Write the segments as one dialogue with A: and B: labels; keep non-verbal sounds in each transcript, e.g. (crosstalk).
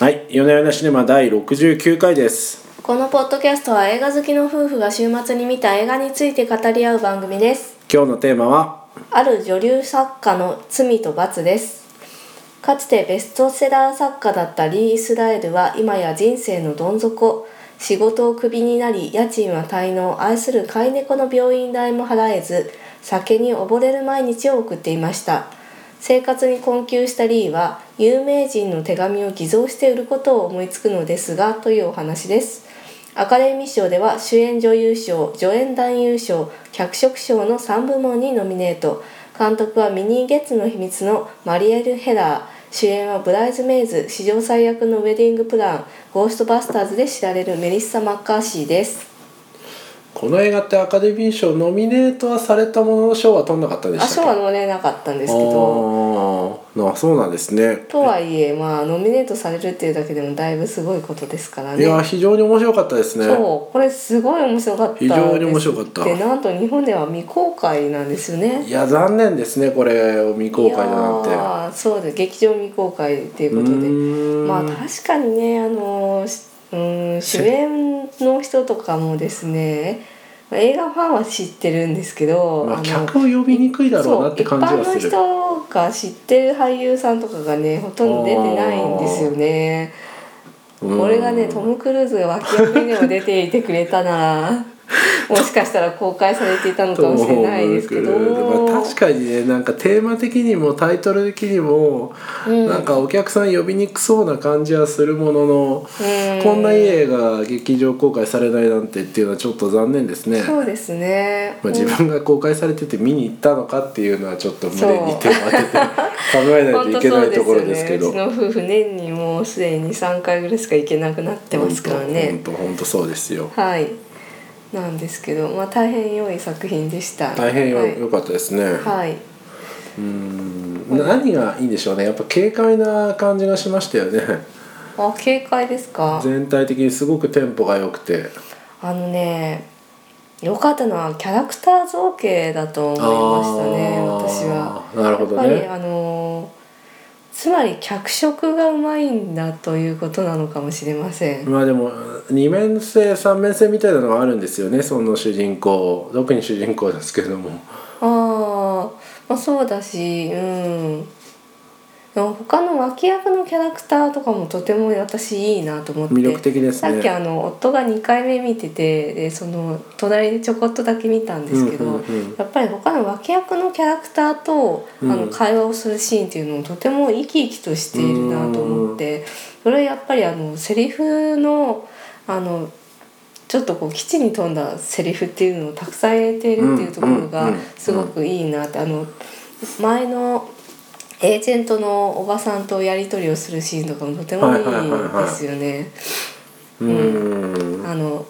A: はい「夜な夜なシネマ」第69回です
B: このポッドキャストは映画好きの夫婦が週末に見た映画について語り合う番組です
A: 今日のテーマは
B: ある女流作家の罪と罰ですかつてベストセラー作家だったリー・イスラエルは今や人生のどん底仕事をクビになり家賃は滞納愛する飼い猫の病院代も払えず酒に溺れる毎日を送っていました生活に困窮したリーは有名人の手紙を偽造して売ることを思いつくのですがというお話ですアカデミー賞では主演女優賞助演男優賞脚色賞の3部門にノミネート監督はミニー・ゲッツの秘密のマリエル・ヘラー主演はブライズ・メイズ史上最悪のウェディングプランゴーストバスターズで知られるメリッサ・マッカーシーです
A: この映画ってアカデミー賞ノミネートはされたものの賞は取んなかったで
B: あ
A: した
B: 賞
A: っけ
B: は乗れなかったんですけど
A: あーあそうなんですね
B: とはいえまあノミネートされるっていうだけでもだいぶすごいことですから
A: い
B: ね
A: や非常に面白かったですね
B: そうこれすごい面白かったです
A: 非常に面白かった
B: でなんと日本では未公開なんですよね
A: いや残念ですねこれを未公開だなんて
B: いやーそうです劇場未公開ってい
A: う
B: うことで
A: ーん
B: まあ確かにねあのーしうーん主演の人とかもですねまあ映画ファンは知ってるんですけど、
A: まあ
B: の
A: 客を呼びにくいだろうなって感じはする
B: そう一般の人が知ってる俳優さんとかがねほとんど出てないんですよね
A: うん
B: これがねトム・クルーズが脇役にも出ていてくれた
A: (laughs)
B: なもしかしたら公開されていたのかもしれないですけど、
A: まあ、確かにねなんかテーマ的にもタイトル的にも、
B: うん
A: なんかお客さん呼びにくそうな感じはするものの、
B: うん
A: こんないい映画が劇場公開されないなんてっていうのはちょっと残念ですね。
B: そうですね、
A: まあ、自分が公開されてて見に行ったのかっていうのはちょっと胸に手を当てて考えない
B: 本
A: とい
B: 当
A: け
B: そ
A: な
B: う
A: いところですけ
B: よ
A: ど。
B: ね、うちの夫婦年にもうすでに3回ぐらいしか行けなくなってますから
A: 本
B: ね
A: 当本当そうですよ。
B: はいなんですけどまあ大変良い作品でした
A: 大変よ
B: はい
A: 良かったですね。
B: はい、
A: うん何がいいんでしょうね。やっぱ軽快な感じがしましたよね。
B: あ警戒ですか
A: 全体的にすごくテンポが良くて
B: あのね良かったのはキャラクター造形だと思いましたね
A: あー
B: 私は
A: なるほ
B: やっ
A: ど
B: ぱり
A: ね
B: あのーつまり脚色がうまいんだということなのかもしれません、
A: まあでも二面性三面性みたいなのがあるんですよねその主人公特に主人公ですけれども
B: ああまあそうだしうんでも他の脇役のキャラクターとかもとても私いいなと思って
A: 魅力的です
B: さっき
A: ね。
B: あの夫が2回目見ててでその隣でちょこっとだけ見たんですけど、
A: うんうんうん
B: やっぱり他の脇役のキャラクターと、
A: う
B: あの
A: ん
B: 会話をするシーンっていうのもとても生き生きとしているなと思ってそれはやっぱりあのセリフのあのちょっとこう基地に富んだセリフっていうのをたくさん入れているっていうところ
A: うんう
B: が
A: んうん
B: すごくいいなってあの前のエージェントのおばさんとやり取りをするシーンとかもとてもいい
A: はいはいはいはい
B: ですよね。
A: うん
B: あの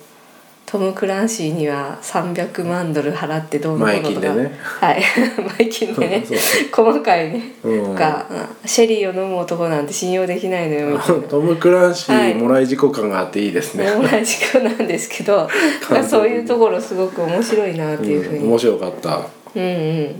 B: トム・クランシーには300万ドル払ってどうのこう
A: 前
B: のと
A: 金
B: か
A: でね。
B: はい (laughs) マイキンでね
A: そうそ
B: 細かいね、
A: うん
B: がうんシェリーを飲む男なんて信用できないのよ
A: (laughs)
B: みたいな。
A: トム・クランシ
B: は
A: ー
B: い
A: もらい事故感があっていいですね。
B: 同じくなんです
A: (laughs)
B: けど
A: 完全に
B: そういうところすごく面白いなっていうふう
A: うん
B: に、うん、
A: 面白かった。
B: うん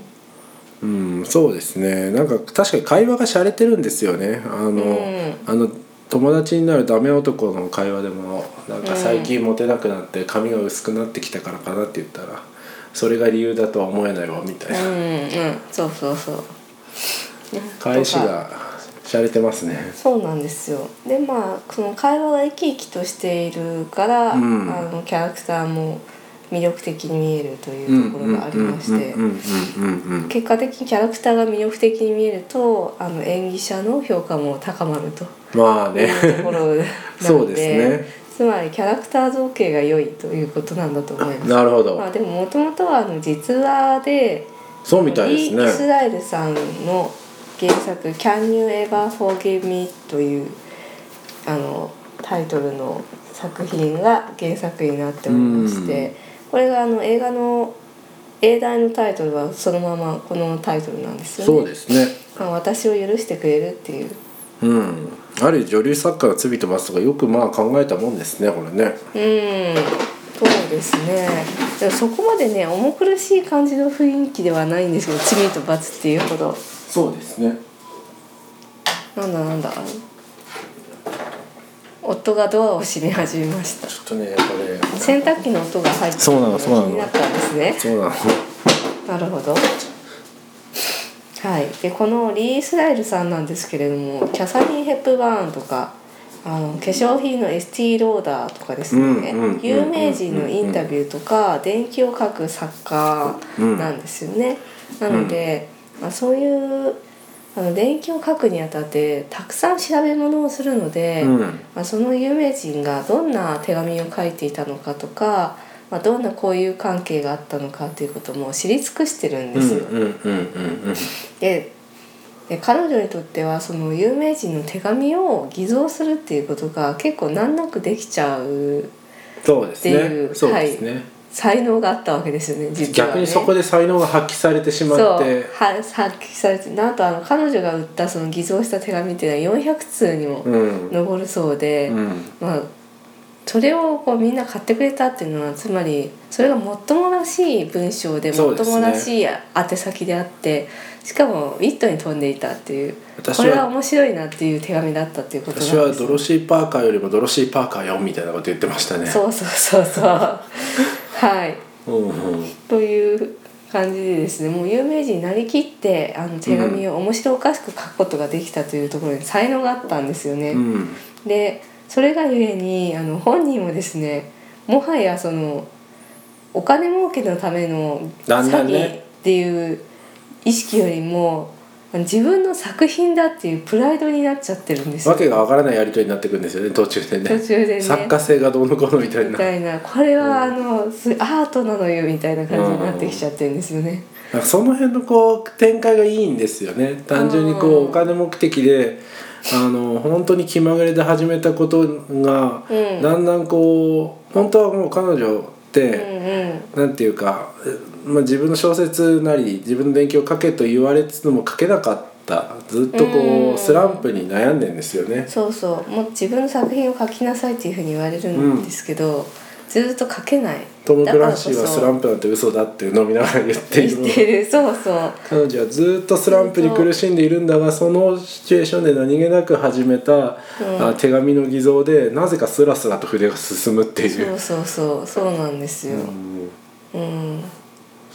A: うん、そうですねなんか確かに会話が洒落てるんですよねあの,、
B: うん
A: あの友達になるダメ男の会話でもなんか最近モテなくなって髪が薄くなってきたからかなって言ったらそれが理由だとは思えないわみたい
B: うん
A: な
B: うんそうそうそう
A: 返し
B: とか
A: が洒落てますね
B: そうなんですよでまあその会話が生き生きとしているから、
A: うん
B: あのキャラクターも魅力的に見えるというところがありまして
A: うんうんうんうんうん
B: 結果的にキャラクターが魅力的に見えるとあの演技者の評価も高まると
A: まあ
B: (laughs)
A: ね
B: いうところなので
A: そうですね
B: つまりキャラクター造形が良いということなんだと思います。
A: なるほ
B: まあ、
A: ど
B: でももともとはあの実話で
A: そうみたい
B: リー・イ
A: です
B: ス
A: ね
B: ラエルさんの原作「Can You Ever Forgive Me」というあのタイトルの作品が原作になっておりましてこれがあの映画の英題のタイトルはそのままこのタイトルなんですよね。
A: そうですね
B: まあ私を許してくれるっていう、
A: うんある女流作家の罪と罰とかよくまあ考えたもんですねこれね
B: うんそうですねでもそこまでね重苦しい感じの雰囲気ではないんですけど「罪と罰」っていうほど
A: そうですね
B: なんだなんだ夫がドアを閉め始めました
A: ちょっとねやっぱね
B: 洗濯機の音が入って
A: そうなの
B: 気
A: そうなの
B: になったんですね
A: そうなの
B: なるほどはいでこのリー・スラエルさんなんですけれどもキャサリン・ヘップバーンとかあの化粧品のエスティローダーとかですね
A: うんうんうんうん
B: 有名人のインタビューとか電気を書く作家なんですよね。なので、まあ、そういうあの電気を書くにあたってたくさん調べ物をするので。
A: うん
B: まあ、その有名人がどんな手紙を書いていたのかとか、まあ、どんな交友関係があったのかということも知り尽くしてるん
A: う
B: で
A: ん
B: すよ。
A: うんうんうん
B: でで彼女にとってはその有名人の手紙を偽造するっていうことが結構難なくできちゃう
A: そうです
B: ってい
A: ね
B: う
A: そうですね、
B: 才能があったわけですよね実はね。
A: 逆にそこで才能が発揮されてしま
B: そう
A: っ
B: は
A: て
B: 発揮されてなんとあの彼女が売ったその偽造した手紙っていうのは400通にも
A: うん
B: 上るそうで。
A: うん
B: まあ、それをこうみんな買ってくれたっていうのはつまりそれがもっともらしい文章で
A: そ
B: も
A: う
B: っ
A: で
B: と
A: すね
B: もらしい宛先であって、しかもウィットに飛んでいたっていう
A: 私
B: これは
A: は
B: 面白いなっていう手紙だったっていうことなん
A: 私は
B: です
A: ドロシー・パーカーよりもドロシー・パーカーよみたいなこと言ってましたね
B: そうそうそうそうはい
A: うんうん
B: という感じでですねもう有名人になりきってあの手紙を面白おかしく書くことができたというところに才能があったんですよね。
A: うん
B: でそれがゆえにあの本人もですねもはやそのお金儲けのための
A: だんだ
B: 詐
A: ん
B: 欺
A: ね
B: っていう意識よりも自分の作品だっていうプライドになっちゃってるんですよ
A: わけがわからないやり取りになってくるんですよね途中でね
B: 途中でね
A: 作家性がどうのこうのみたい
B: み
A: な
B: たいなこれはあのすアートなのよみたいな感じになってきちゃってるんですよね。
A: なんかその辺のこう展開がいいんですよね単純にこ
B: うん
A: うお金目的であの本当に気まぐれで始めたことが、
B: うん
A: だんだんこう本当はもう彼女っ
B: うん
A: て、
B: うん
A: なんていうか、えまあ、自分の小説なり自分の勉強を書けと言われつつも書けなかったずっとこう、
B: うん
A: スランプに悩んでんですよね。
B: そうそうもう自分の作品を書きなさいっていうふうに言われるんですけど、ずっと書けない
A: トム・
B: だ
A: ク
B: から
A: ラ
B: こ
A: ン
B: そ
A: シーはスランプなんて嘘だって飲みながら言ってい
B: 言
A: る
B: ってるそう
A: (laughs)
B: そう
A: 彼女はずっとスランプに苦しんでいるんだがそのシチュエーションで何気なく始めた、あ手紙の偽造でなぜかスラスラと筆が進むってい
B: そううそうそうそうなんですよ。うん、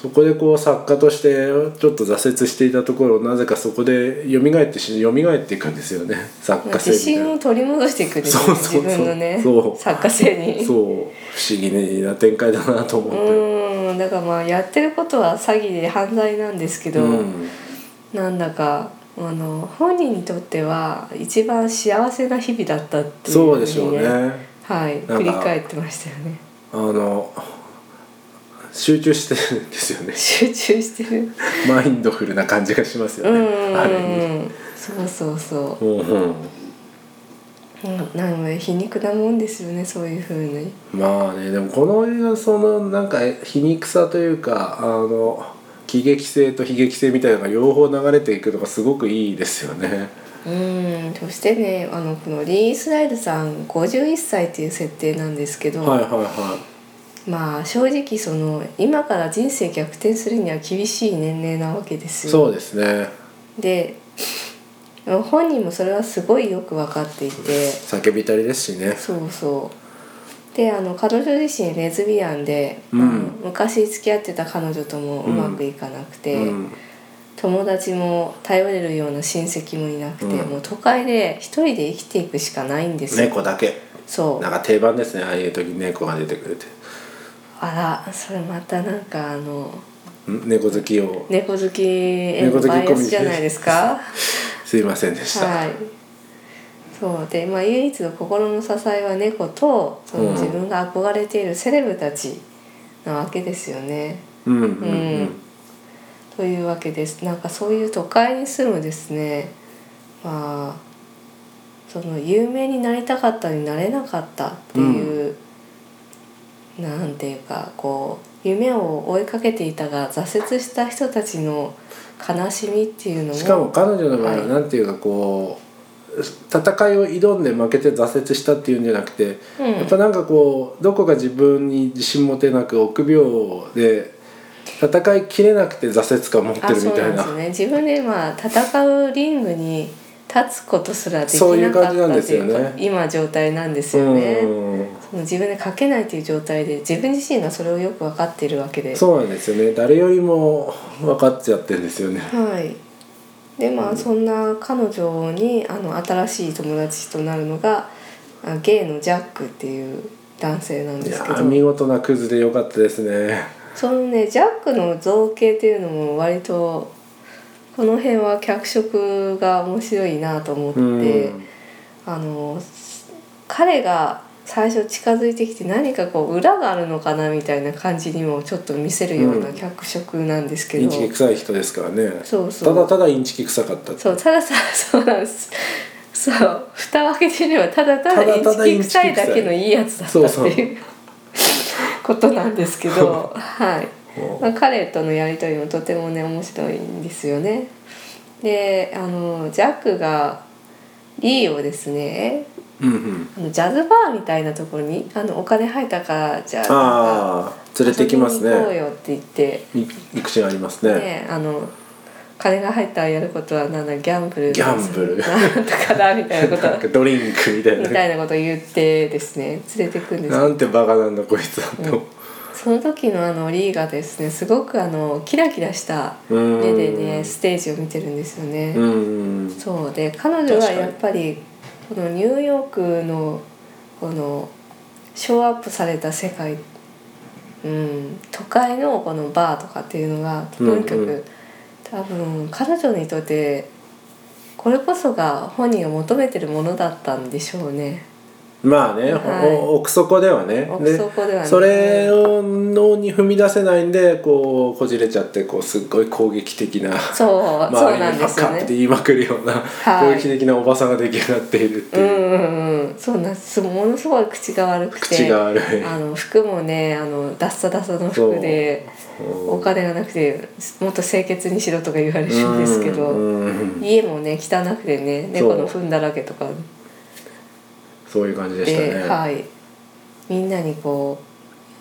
A: そこでこう作家としてちょっと挫折していたところをなぜかそこで蘇ってし蘇っていくんですよね作家性
B: 自
A: みたい
B: 信を
A: な。
B: 取り戻していくんですよね
A: そうそうそう
B: 自分のね
A: そう
B: 作家性に。
A: そう不思議な展開だなと思って。
B: うんだからまあやってることは詐欺で犯罪なんですけど、
A: うん
B: なんだかあの本人にとっては一番幸せな日々だったっていう
A: そうでしょう
B: ふに
A: ね。
B: はい
A: なんか
B: 振り返ってましたよね。
A: あの集中してるんですよ
B: (laughs)
A: ね。
B: 集中してる。
A: マインドフルな感じがします
B: う
A: よ
B: ん
A: ね。
B: うん
A: ある意味
B: う。ん。そうそうそ
A: うんうん、
B: う。うんなので皮肉なもんですよねそういうふうに。
A: まあねでもこの映画そのなんか皮肉さというかあの喜劇性と悲劇性みたいなのが両方流れていくのがすごくいいですよね。
B: うんそしてねあのこのリー・イスラエルさん51歳っていう設定なんですけど、
A: はいはいは
B: まあ正直その今から人生逆転するには厳しい年齢なわけです
A: い。
B: よ。
A: そうですね。
B: で本人もそれはすごいよく分かっていて
A: 叫びたりですしね。
B: そうそう。であの彼女自身レズビアンで、
A: うん
B: あの昔付き合ってた彼女ともうまくいかなくて、
A: うん、
B: 友達も頼れるような親戚もいなくて、
A: うん
B: もう都会で一人で生きていくしかないんですよ。
A: 猫だけ
B: そう
A: なんか定番ですねああいう時に猫が出てくれて
B: あらそれまたなんかあの
A: ん猫好きを
B: 猫好きへの
A: 猫好き
B: バイ
A: コ
B: ア
A: ミュニ
B: スじゃないですか
A: すいませんでした。
B: はいそうで、まあ、唯一の心の支えは猫とその
A: うん
B: 自分が憧れているセレブたちなわけですよね、
A: うんうん
B: う
A: うんん。
B: というわけですなんかそういう都会に住むですねまあその有名になりたかったになれなかったっていう、なんていうかこう夢を追いかけていたが挫折した人たちの悲しみっていうのも
A: しかも彼女の場合
B: は
A: はいなんていうかこう、戦いを挑んで負けて挫折したっていうんじゃなくて、
B: うん
A: やっぱなんかこうどこか自分に自信持てなく臆病で戦いきれなくて挫折感持って
B: あ
A: る
B: そ
A: み
B: う
A: た
B: ないんで
A: な
B: すね自分でまあ戦うリングに立つことすらでき
A: そうい
B: な
A: う
B: か
A: 感
B: っ
A: じなん
B: た
A: で
B: と
A: す
B: い
A: よ
B: う
A: ね
B: か、今状態なんです
A: う
B: よね。
A: ん
B: その自分で書けないという状態で自分自身がそれをよく分かっているわけで。
A: そうなんですよね誰よりも分かっちゃってるんですよね
B: はいでまあそんな彼女にあの新しい友達となるのがあゲイのジャックっていう男性なん
A: い
B: です
A: や
B: けど
A: ー見事なクズで良かったですね
B: そのねジャックの造形っていうのも割とこの辺は脚色が面白いなと思っ
A: う
B: て
A: ん
B: あの彼が最初近づいてきて何かこう裏があるのかなみたいな感じにもちょっと見せるような
A: うん
B: 脚色なんですけ
A: イ
B: ど、
A: ンチキ臭い人ですからね
B: そうそう
A: ただただインチキ臭かったって
B: そうたださそうなんですそう蓋を開けてみればただた
A: た
B: だ
A: だ
B: イン
A: ただ
B: チキ臭いだけのいいやつだったっ
A: そ
B: て
A: うそう
B: いうことなんですけどはい、
A: も
B: まあ、彼とのやり取りもとてもね面白いんですよねであのジャックがリーをですね
A: ううんうん
B: あのジャズバーみたいなところにあのお金入ったからじゃあなんか
A: ああ連れてきます
B: 遊びに行こう
A: ね
B: よって言って
A: い行くシーンありますね
B: ね、あの金が入ったらやることはなんだギャンブル
A: ギャンブル
B: なんとかだみたいなこと
A: なん (laughs) かドリンクみたい
B: み
A: な
B: たいなことを言ってですね連れてくんです
A: なんてバカなんだこいつだと、
B: その時のあのリーがですねすごくあのキラキラした
A: うん、
B: 目でねステージを見てるんですよね、
A: うん
B: そうで彼女はやっぱりこのニューヨークのこのショーアップされた世界、うん、都会のこのバーとかっていうのがとにかく、
A: うんうん
B: 多分彼女にとってこれこそが本人が求めてるものだったんでしょうね。
A: まあね、
B: はい
A: お奥底ではね
B: 奥
A: で
B: 底ではね
A: それをのに踏み出せないんでこうこじれちゃってこうすっごい攻撃的な
B: そ
A: 周
B: う、そう
A: りに
B: なん
A: ファ
B: で
A: ッ
B: す
A: カ
B: よ
A: ップって
B: ね。
A: 言いまくるような、
B: はい
A: 攻撃的なおばさんが出来上がっているって
B: う
A: いう、
B: んうんうん、そうなんです。ものすごい口が悪くて、
A: 口が悪い。
B: あの服もね、あのダッサダサの服で。お金がなくてもっと清潔にしろとか言われるんですけど、
A: うんうん
B: 家もね汚くてね猫の糞だらけとか
A: そういう感じで
B: で
A: したね。
B: はい、みんなにこう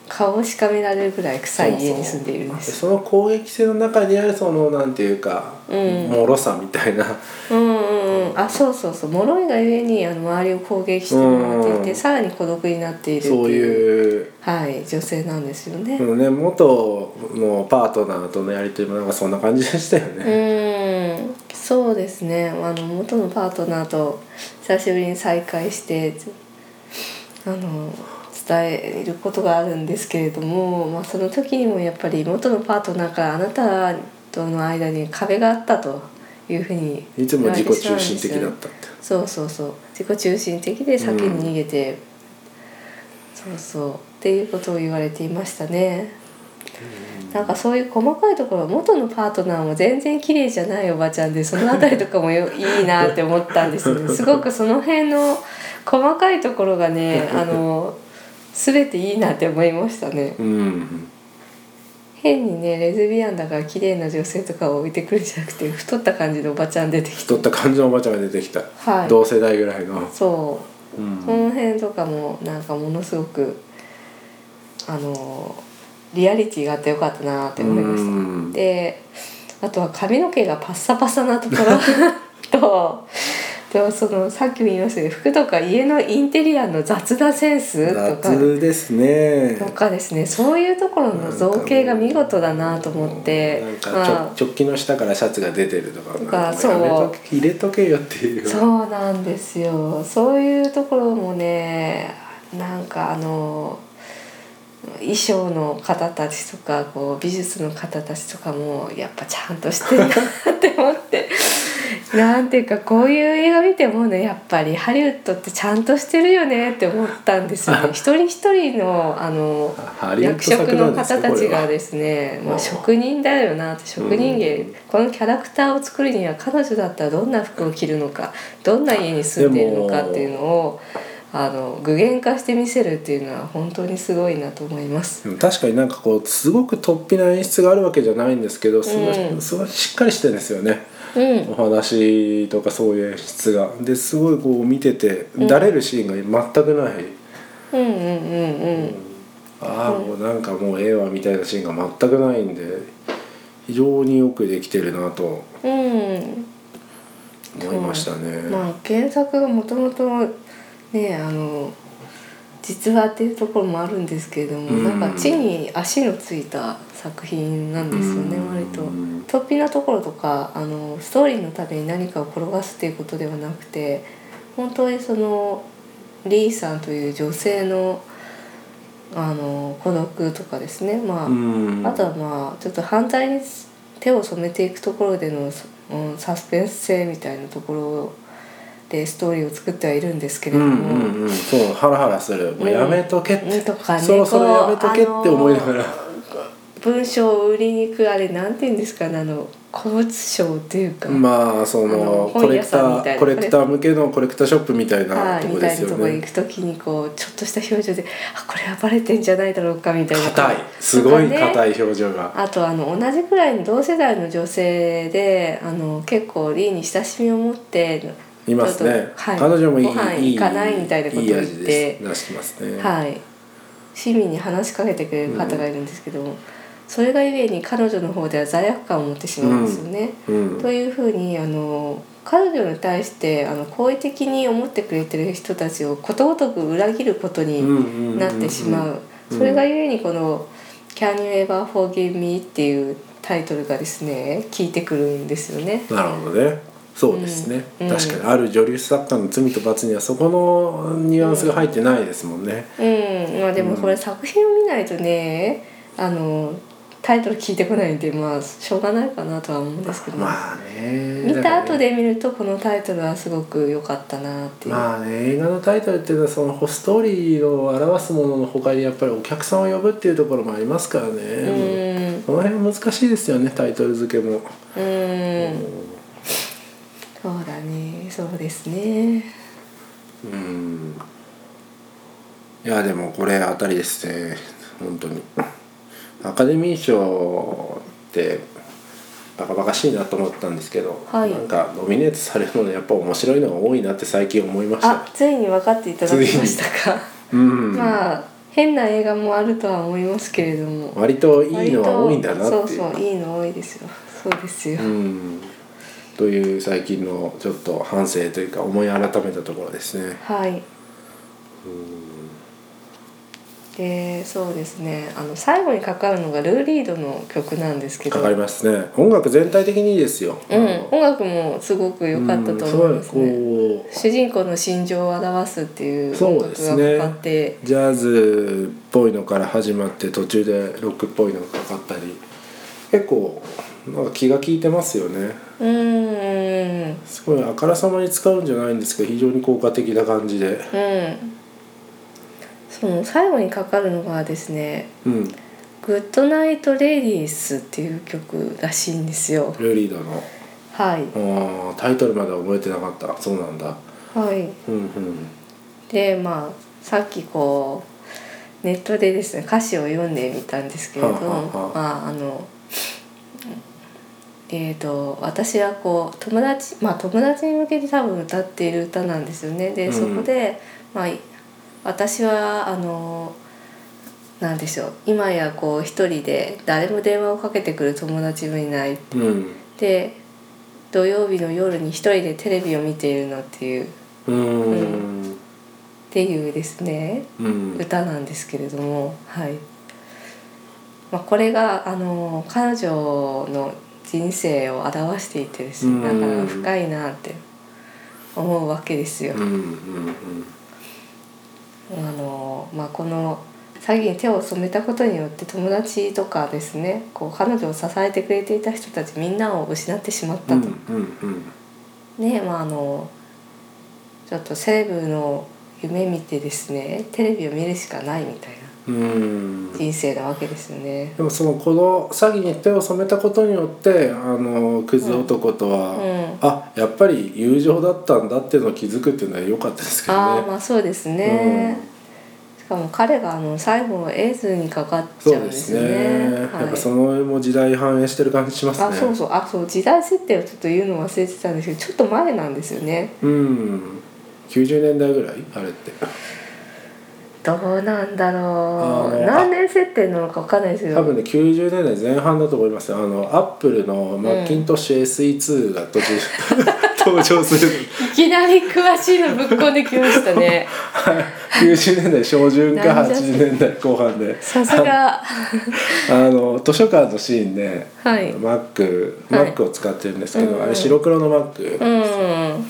B: 顔をしかめられるぐらい臭い家に住んでいるんで
A: ですその攻撃性の中にあるそのなんていうか、
B: うん
A: 脆さみたいな、
B: うんうんうんあそうそうそう脆いがゆえにあの周りを攻撃してもらっていて、
A: うん
B: さらに孤独になっているって
A: そう
B: い
A: い
B: う
A: う。
B: はい、女性なんですよね。
A: このね、元のパートナーとのやり取りもなんかそんな感じでしたよ
B: う
A: ね。
B: ーんそうですねあの元のパートナーと久しぶりに再会してあの伝えることがあるんですけれども、まあ、その時にもやっぱり元のパートナーからあなたとの間に壁があったというふうに
A: いつも自己中心的
B: 言
A: だ
B: われ
A: ってたって。
B: しまうんですよねそうそうそう自己中心的で先に逃げて、そうそうっていうことを言われていましたね。なんかそういう細かいところ元のパートナーも全然綺麗じゃないおばちゃんでその辺りとかもよいいなって思ったんで
A: (laughs)
B: すよねすごくその辺の細かいところがねあの全ていいなって思いましたね
A: うん。
B: 変にねレズビアンだから綺麗な女性とかを置いてくるんじゃなくて太った感じのおばちゃん出てきて
A: 太った感じのおばちゃんが出てきた。
B: はい
A: 同世代ぐらいの。
B: そううこ
A: ん。
B: の辺とかもなんかものすごくあのリアリティがあってよかったなって思いました
A: うん
B: であとは髪の毛がパッサパサなとこ
A: (laughs)
B: ろととそのさっきも言いましたけど服とか家のインテリアの雑なセンスとか
A: 夏ですね。
B: とかですねそういうところの造形が見事だなと思って
A: なんかちょ、
B: まあ
A: 直帰の下からシャツが出てるとか
B: とか
A: なん
B: そう
A: やめとけ入れとけよっていう
B: そうなんですよそういうところもねなんかあの衣装の方たちとかこう美術の方たちとかもやっぱちゃんとしてるなって思ってなんていうかこういう映画見てもねやっぱりハリウッドってちゃんとしてるよねって思ったんですよね一人一人のあの
A: ハリウッド
B: 役職
A: 作な
B: の
A: んですか
B: 方た
A: これ
B: ちが
A: は
B: ですね、ま
A: う
B: あ、
A: ん
B: 職人だよなって職人芸
A: うん
B: このキャラクターを作るには彼女だったらどんな服を着るのかどんな家に住んでいるのかっていうのをあの具現化して見せるっていうのは本当にすごいなと思います。
A: でも確かになんかこうすごく突飛な演出があるわけじゃないんですけどすごい,、
B: うん
A: すごいしっかりしてるんですよね
B: うん
A: お話とかそういう演出がですごいこう見ててだれるシーンが全くない、
B: うんうんうんうん
A: ああもうなんかもうええわみたいなシーンが全くないんで非常によくできてるなと
B: うん
A: 思いましたね。
B: まあ原作がもともとねあの実話っていうところもあるんですけれども、
A: うん
B: なんか地に足のついた作品なんですよね、
A: うん
B: 割と。突飛なところとかあのストーリーのために何かを転がすっていうことではなくて本当にそのリーさんという女性のあの孤独とかですねまあ、
A: うん、
B: あとはまあちょっと犯罪に手を染めていくところでの、うん、サスペンス性みたいなところでストーリーを作ってはいるんですけれ
A: う
B: ども、
A: んうんうんそうハラハラするもうやめとけって、
B: うんとかね
A: そろそろやめとけって
B: こう
A: 思いながら、
B: 文章を売りに行くあれなんて言うんですかねあの古物商っていう
A: (laughs)
B: か、
A: まあそ
B: あ
A: の
B: の
A: コ
B: 本
A: レ
B: 屋
A: クタ
B: さんみたい
A: ー
B: な
A: コレクター向けのコレクターショップみたいな
B: はい
A: とこ
B: み
A: で
B: たい
A: す
B: な
A: よ
B: ところに
A: ね
B: 行く時にこうちょっとした表情で「あこれはバレてんじゃないだろうか」みたいな
A: 硬いすごい
B: とかね
A: 硬い表情が、
B: あとあの同じくらいの同世代の女性であの結構リーに親しみを持って
A: います
B: ちょっ
A: ね、
B: とはい、
A: 彼女もいい
B: ご飯
A: い
B: 行かないみたいなことを
A: いい
B: 言っ
A: 味
B: て
A: です出してますね、
B: はい、市民に話しかけてくれる方がいるんですけども、それがゆえに彼女の方では罪悪感を持ってしまうんですよね。
A: うん、
B: というふうにあの彼女に対してあの好意的に思ってくれてる人たちをことごとく裏切ることに、なってしまう,、
A: うん
B: それがゆえにこの「Can you ever forgive me?」っていうタイトルがですね効いてくるんですよね。
A: なるほどねそうですね、
B: うん
A: 確かにある女流作家の罪と罰にはそこのニュアンスが入ってないですもんね、
B: うんまあ、でもこれ作品を見ないとねあのタイトル聞いてこないんでまあしょうがないかなとは思うんですけど、
A: まあね
B: 見
A: だから
B: た
A: ね
B: 後で見るとこのタイトルはすごく良かったなっていう。
A: まあね映画のタイトルっていうのはそのストーリーを表すものの他にやっぱりお客さんを呼ぶっていうところもありますからね、
B: うん
A: この辺難しいですよねタイトル付けも、
B: うんそうだねそうですね
A: うんいやでもこれあたりですね本当にアカデミー賞ってバカバカしいなと思ったんですけど、
B: はい
A: なんかノミネートされるものやっぱ面白いのが多いなって最近思いました
B: あついに分かっていただきましたか
A: うん、
B: まあ変な映画もあるとは思いますけれども
A: 割といいのは多いんだなっていう
B: 割とそうそういいの多いですよそうですよ、
A: うんという最近のちょっと反省というか思い改めたところですね
B: はいでそうですねあの最後にかかるのがルー・リードの曲なんですけど
A: かかりますね音楽全体的にいいですよ
B: うん、音楽もすごく良かったと思います
A: う
B: ね
A: んごいこう
B: 主人公の心情を表すっていう音
A: そうで
B: 楽
A: す
B: が
A: ね
B: かかって、
A: ジャズっぽいのから始まって途中でロックっぽいのがかかったり結構なんか気が利いてますよね
B: うーん
A: すごいあからさまに使うんじゃないんですけど非常に効果的な感じで
B: うんその最後にかかるのがですね
A: うん
B: 「グッドナイト・レディース」っていう曲らしいんですよ
A: ルーリードの
B: はい
A: あータイトルまでは覚えてなかったそうなんだ
B: はい
A: うんうん
B: でまあさっきこうネットでですね歌詞を読んでみたんですけれど
A: はあはあ
B: まああのえー、と私はこう友達まあ友達に向けて多分歌っている歌なんですよねで、
A: うん
B: そこで、まあ、い私はあのなんでしょう今やこう一人で誰も電話をかけてくる友達もいない
A: うん
B: で土曜日の夜に一人でテレビを見ているのっていうっ
A: うーん
B: ていうですね
A: うん
B: 歌なんですけれども、はいまあ、これがあの彼女の人生を表していてですね
A: う
B: だ
A: ん
B: から深いなって思うわけですよ
A: うん。うん
B: あのまあ、この詐欺に手を染めたことによって友達とかですねこう彼女を支えてくれていた人たちみんなを失ってしまった
A: う
B: と。
A: んうんうん
B: ねまああのちょっとセレブの夢見てですねテレビを見るしかないみたいな
A: うんうん
B: 人生なわけですよね。
A: でもそのこの詐欺に手を染めたことによってあのクズ男とは、
B: うん
A: あやっぱり友情だったんだっていうのを気づくっていうのは良かったですけ
B: あ
A: ど
B: あ
A: ね。
B: まあそうですね、しかも彼があの最後エイズにかかっち
A: そ
B: ゃ
A: う
B: うん
A: で
B: です
A: す
B: よ
A: ね。
B: ね
A: やっ
B: はい
A: ぱその絵も時代反映してる感じしますね。
B: あそうそうあそう時代設定をちょっと言うの忘れてたんですけどちょっと前なんですよね
A: うん。90年代ぐらいあれって。
B: どうなんだろ
A: あ
B: う
A: の
B: 何年設定なのかわかんないですけど
A: 多分ね90年代前半だと思いますよあのアップルのマッキントッシュ SE2 が途中、 (laughs) 登場する
B: いきなり詳しいのぶっこんできました
A: (laughs)
B: ね
A: 90年代初旬か
B: なんじゃそれ
A: 80年代後半で
B: さすが
A: あの図書館のシーンで、
B: はい
A: マックマ
B: はい
A: ックを使ってるんですけど、
B: うん
A: あれ白黒のマック、
B: うん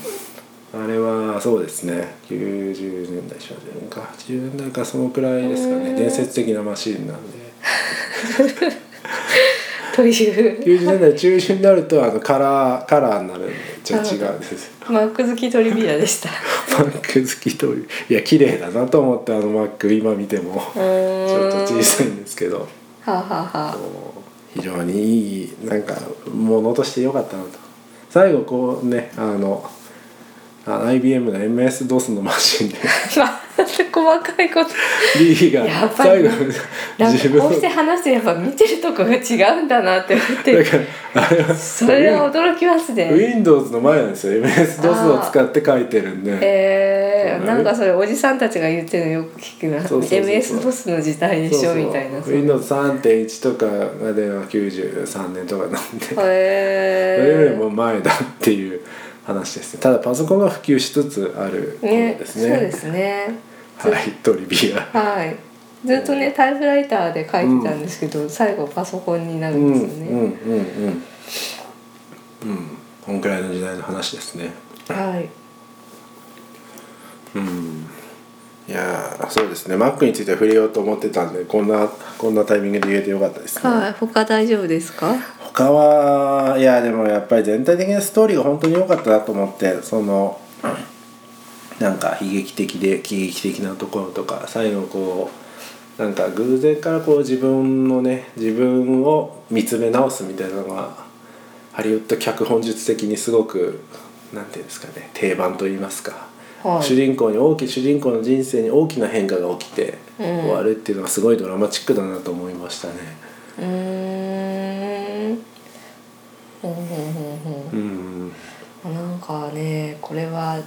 A: あれはそうですね90年代初旬か80年代かそのくらいですかね伝説的なマシーンなんで
B: という
A: 90年代中旬になるとあのカラーカラーになるんでちょっと違うんですよ
B: マック好きトリビア
A: (laughs)
B: でした
A: マック好きといういや綺麗だなと思ってあのマック今見ても
B: う
A: ち
B: ーん
A: ょっと小さいんですけど
B: はあ、はあはあ、
A: こう非常にいいなんかものとして良かったなと最後こうねあのあ IBM の MS-DOS のマシン
B: (laughs)
A: で
B: まあ、細かいこと
A: リーが
B: やっぱ
A: 最
B: り
A: 後
B: ねなん
A: 自
B: か
A: 分
B: こ
A: を
B: うして話してやっぱ見てるとこが違うんだなって思っ
A: だ
B: て
A: からあれは
B: それは驚きますね
A: Windows の前なんですよ MS-DOS を使って書いてるんで
B: え
A: そ
B: ー、
A: うだ
B: な
A: ね
B: んかそれおじさんたちが言ってるのよく聞くな
A: そうそうそうそう
B: MS ボスの時代で
A: そう
B: し
A: そう
B: ょみたいな
A: Windows3.1 とかまでの93年とかなんでそれよ
B: へ
A: りも前だっていう話ですねただパソコンが普及しつつある
B: え
A: もの
B: ね
A: です
B: そう
A: ね
B: ですね
A: はいトリビア
B: はいずっとねタイプライターで書いてたんですけど、最後パソコンにな
A: う
B: る
A: ん
B: ん
A: う
B: で
A: ん
B: すよね、
A: うんうんうんこんくらいの時代の話ですね
B: はい
A: うんいやーそうですね Mac について触れようと思ってたんでこんなこんなタイミングで言えてよかったですね、
B: はい他大丈夫ですか
A: 他はいやでもやっぱり全体的なストーリーが本当に良かったなと思ってそのなんか悲劇的で喜劇的なところとか最後こうなんか偶然からこう自分のね自分を見つめ直すみたいなのがハリウッド脚本術的にすごくなんていうんですかね定番と言いますか、
B: はい
A: 主人公に大きい主人公の人生に大きな変化が起きて
B: うん
A: 終わるっていうのはすごいドラマチックだなと思いましたね。
B: うーんほうほうほうほ
A: うん
B: うなんかねこれは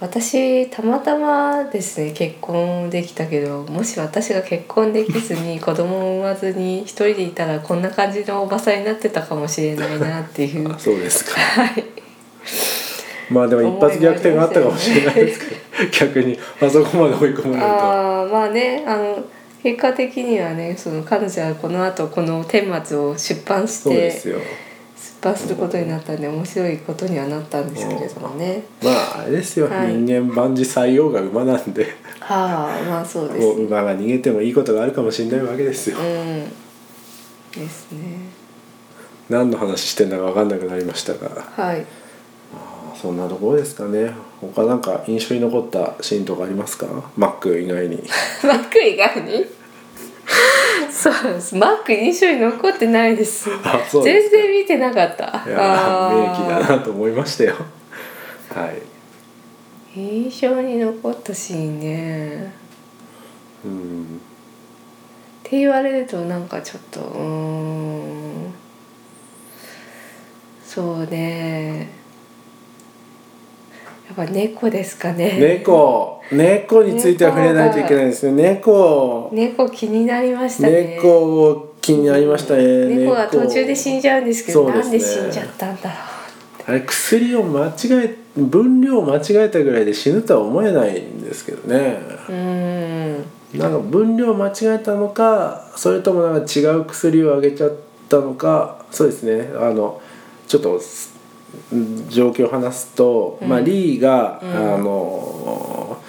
B: 私たまたまですね結婚できたけどもし私が結婚できずに子供を産まずに一人でいたらこんな感じのおばさんになってたかもしれないなっていう
A: (laughs) あ
B: (laughs) は
A: そうですか
B: い
A: まあでも一発逆転があったかもしれないですけど逆にあそこまで追い込まれると
B: あーまあねあの結果的にはねその彼女はこの後この顛末を出版し
A: そうで
B: て
A: すよ
B: 出版することになったんで面白いことにはなったんですけれどもね。
A: まああれですよ、
B: はい
A: 人間万事採用が馬なんで
B: はあまあそうで
A: こ
B: す
A: う
B: ね。
A: 馬が逃げてもいいことがあるかもしれないわけですよ、
B: うんですね。
A: 何の話してんだか分かんなくなりましたが
B: はい。
A: まあそんなところですかね他なんか印象に残ったシーンとかありますかマック以外
B: (laughs)
A: に
B: マック以外に。そうです。マック印象に残ってないです。
A: あそうです
B: 全然見てなかった。
A: いや
B: あ
A: 名機
B: ー
A: だなと思いましたよはい
B: 印象に残ったシーンね。
A: うん
B: って言われるとなんかちょっとうーんそうねやっぱ猫ですかね
A: 猫猫については触れないといけないですね猫
B: 猫気になりましたね
A: 猫気になりましたね
B: 猫が途中で死んじゃうんですけど
A: そうで
B: な
A: す
B: ん
A: ね
B: で死んじゃったんだろ
A: あれ薬を間違え分量を間違えたぐらいで死ぬとは思えないんですけどね
B: ううーん
A: なんか分量を間違えたのかそれともなんか違う薬をあげちゃったのかそうですねあのちょっとす状況を話すと、
B: うん
A: まあ、リーが、
B: うん
A: あの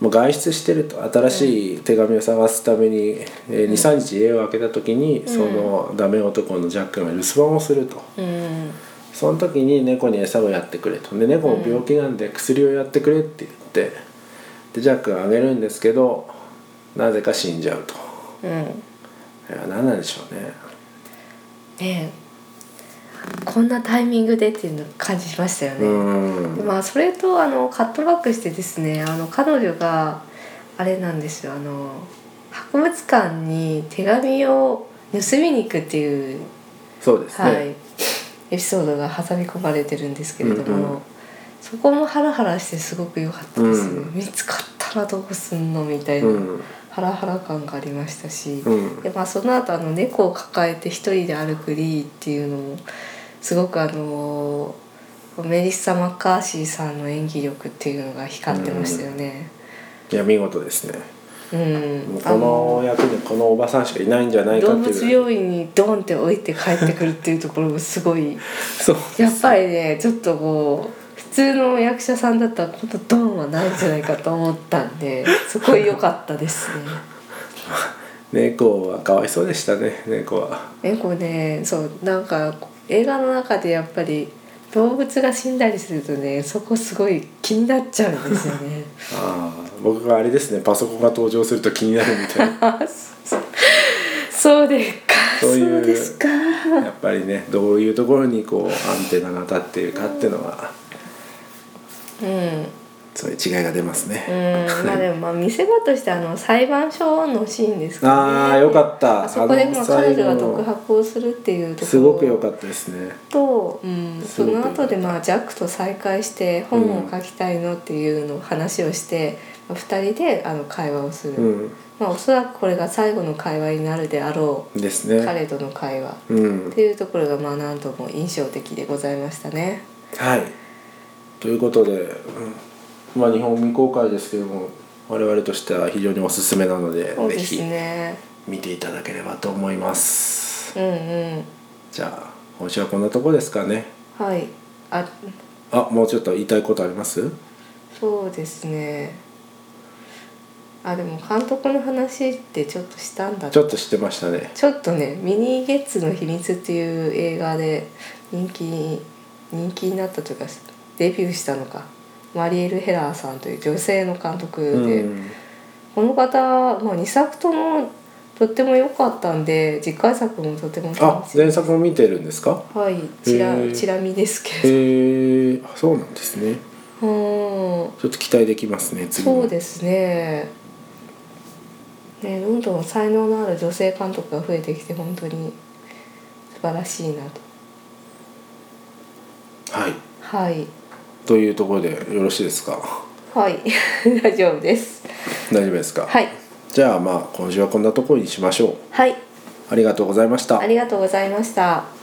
A: もう外出してると新しい手紙を探すために、えー23日家を開けた時に、そのダメ男のジャックが留守番をすると。
B: うん
A: その時に猫に餌をやってくれとで猫も病気なんで薬をやってくれって言ってでジャックがあげるんですけどなぜか死んじゃうと
B: うん
A: いや何なんでしょうね
B: ねえこんなタイミングでっていうのを感じましたよ
A: う
B: ね、
A: ん
B: まあそれとあのカットバックしてですねあの彼女があれなんですよあの博物館に手紙を盗みに行くっていう、
A: そうです
B: はい
A: ね、
B: エピソードが挟み込まれてるんですけれども、
A: うんうん
B: そこもハラハラしてすごく良かったです、ね
A: うん
B: 見つかったらどうすんのみたいうな、
A: ん
B: ハラハラ感がありましたし、
A: うん
B: でまあ、その後あの猫を抱えて一人で歩くリーっていうのもすごくあのメリッサ・マッカーシーさんの演技力っていうのが光ってましたよね。
A: いや見事ですね
B: うん、
A: もう
B: あの
A: この役にこのおばさんしかいないんじゃないか
B: 動
A: っていう
B: 物病院にドンって置いて帰ってくるっていうところがす
A: (laughs)
B: ごい
A: そう
B: やっぱりねちょっとこう普通の役者さんだったらこのドンはないんじゃないかと思ったんでそこ良かったですね。
A: 猫はかわいそうでしたね猫は
B: 猫ねそうなんか映画の中でやっぱり動物が死んだりするとねそこすごい気になっちゃうんですよ
A: (laughs)
B: ね。
A: ああ僕があれですねパソコンが登場すると気になるみたいな
B: あそそうですか
A: そ
B: そうう
A: いう
B: ですか
A: やっぱりねどういうところにこうアンテナが立っているかっていうのは
B: うん
A: そういう違いが出ます
B: う
A: ね、
B: んまあでもまあ見せ場としてあの裁判所のシーンですかね
A: ああよかった
B: あそこでまあ彼女が
A: あの最後
B: 独白をするっていうところ
A: すごく良かったですね
B: と、うん、
A: す
B: そ
A: ごく
B: の後でまあジャックと再会して本を書きたいのっていうのを話をして、まあ2人であの会話をする、
A: うん
B: まあ、おそらくこれが最後の会話になるであろう
A: ですね
B: 彼との会話
A: うん
B: っていうところがまあ何度も印象的でございましたね。
A: はいということで、うんまあ日本未公開ですけども我々としては非常におすすめなので
B: そう
A: ぜ
B: です
A: ひ
B: ね
A: 見ていただければと思います
B: うんうん
A: じゃあ今週はこんなとこですかね
B: はいあ
A: あもうちょっと言いたいことあります
B: そうですねあでも監督の話ってちょっとしたんだ
A: ちょっと知ってましたね
B: ちょっとね「ミニゲッツの秘密」っていう映画で人気に人気になったというかデビューしたのかマリエル・ヘラーさんという女性の監督
A: う
B: で、
A: ん
B: この方、まあ、2作ともとっても良かったんで次回作もとても
A: あ
B: 楽しみ
A: 前作も見てるんですか
B: はいチラ
A: へー
B: チラ見ですけれ
A: へえあそうなんですね
B: どうん
A: ちょっと期待できますね次
B: そう
A: も
B: ですねねどんどん才能のある女性監督が増えてきて本当に素晴らしいなと
A: はい
B: はい
A: というところでよろしいですか
B: はい (laughs) 大丈夫です
A: 大丈夫ですか
B: はい
A: じゃあまあ今週はこんなところにしましょう
B: はい
A: ありがとうございました
B: ありがとうございました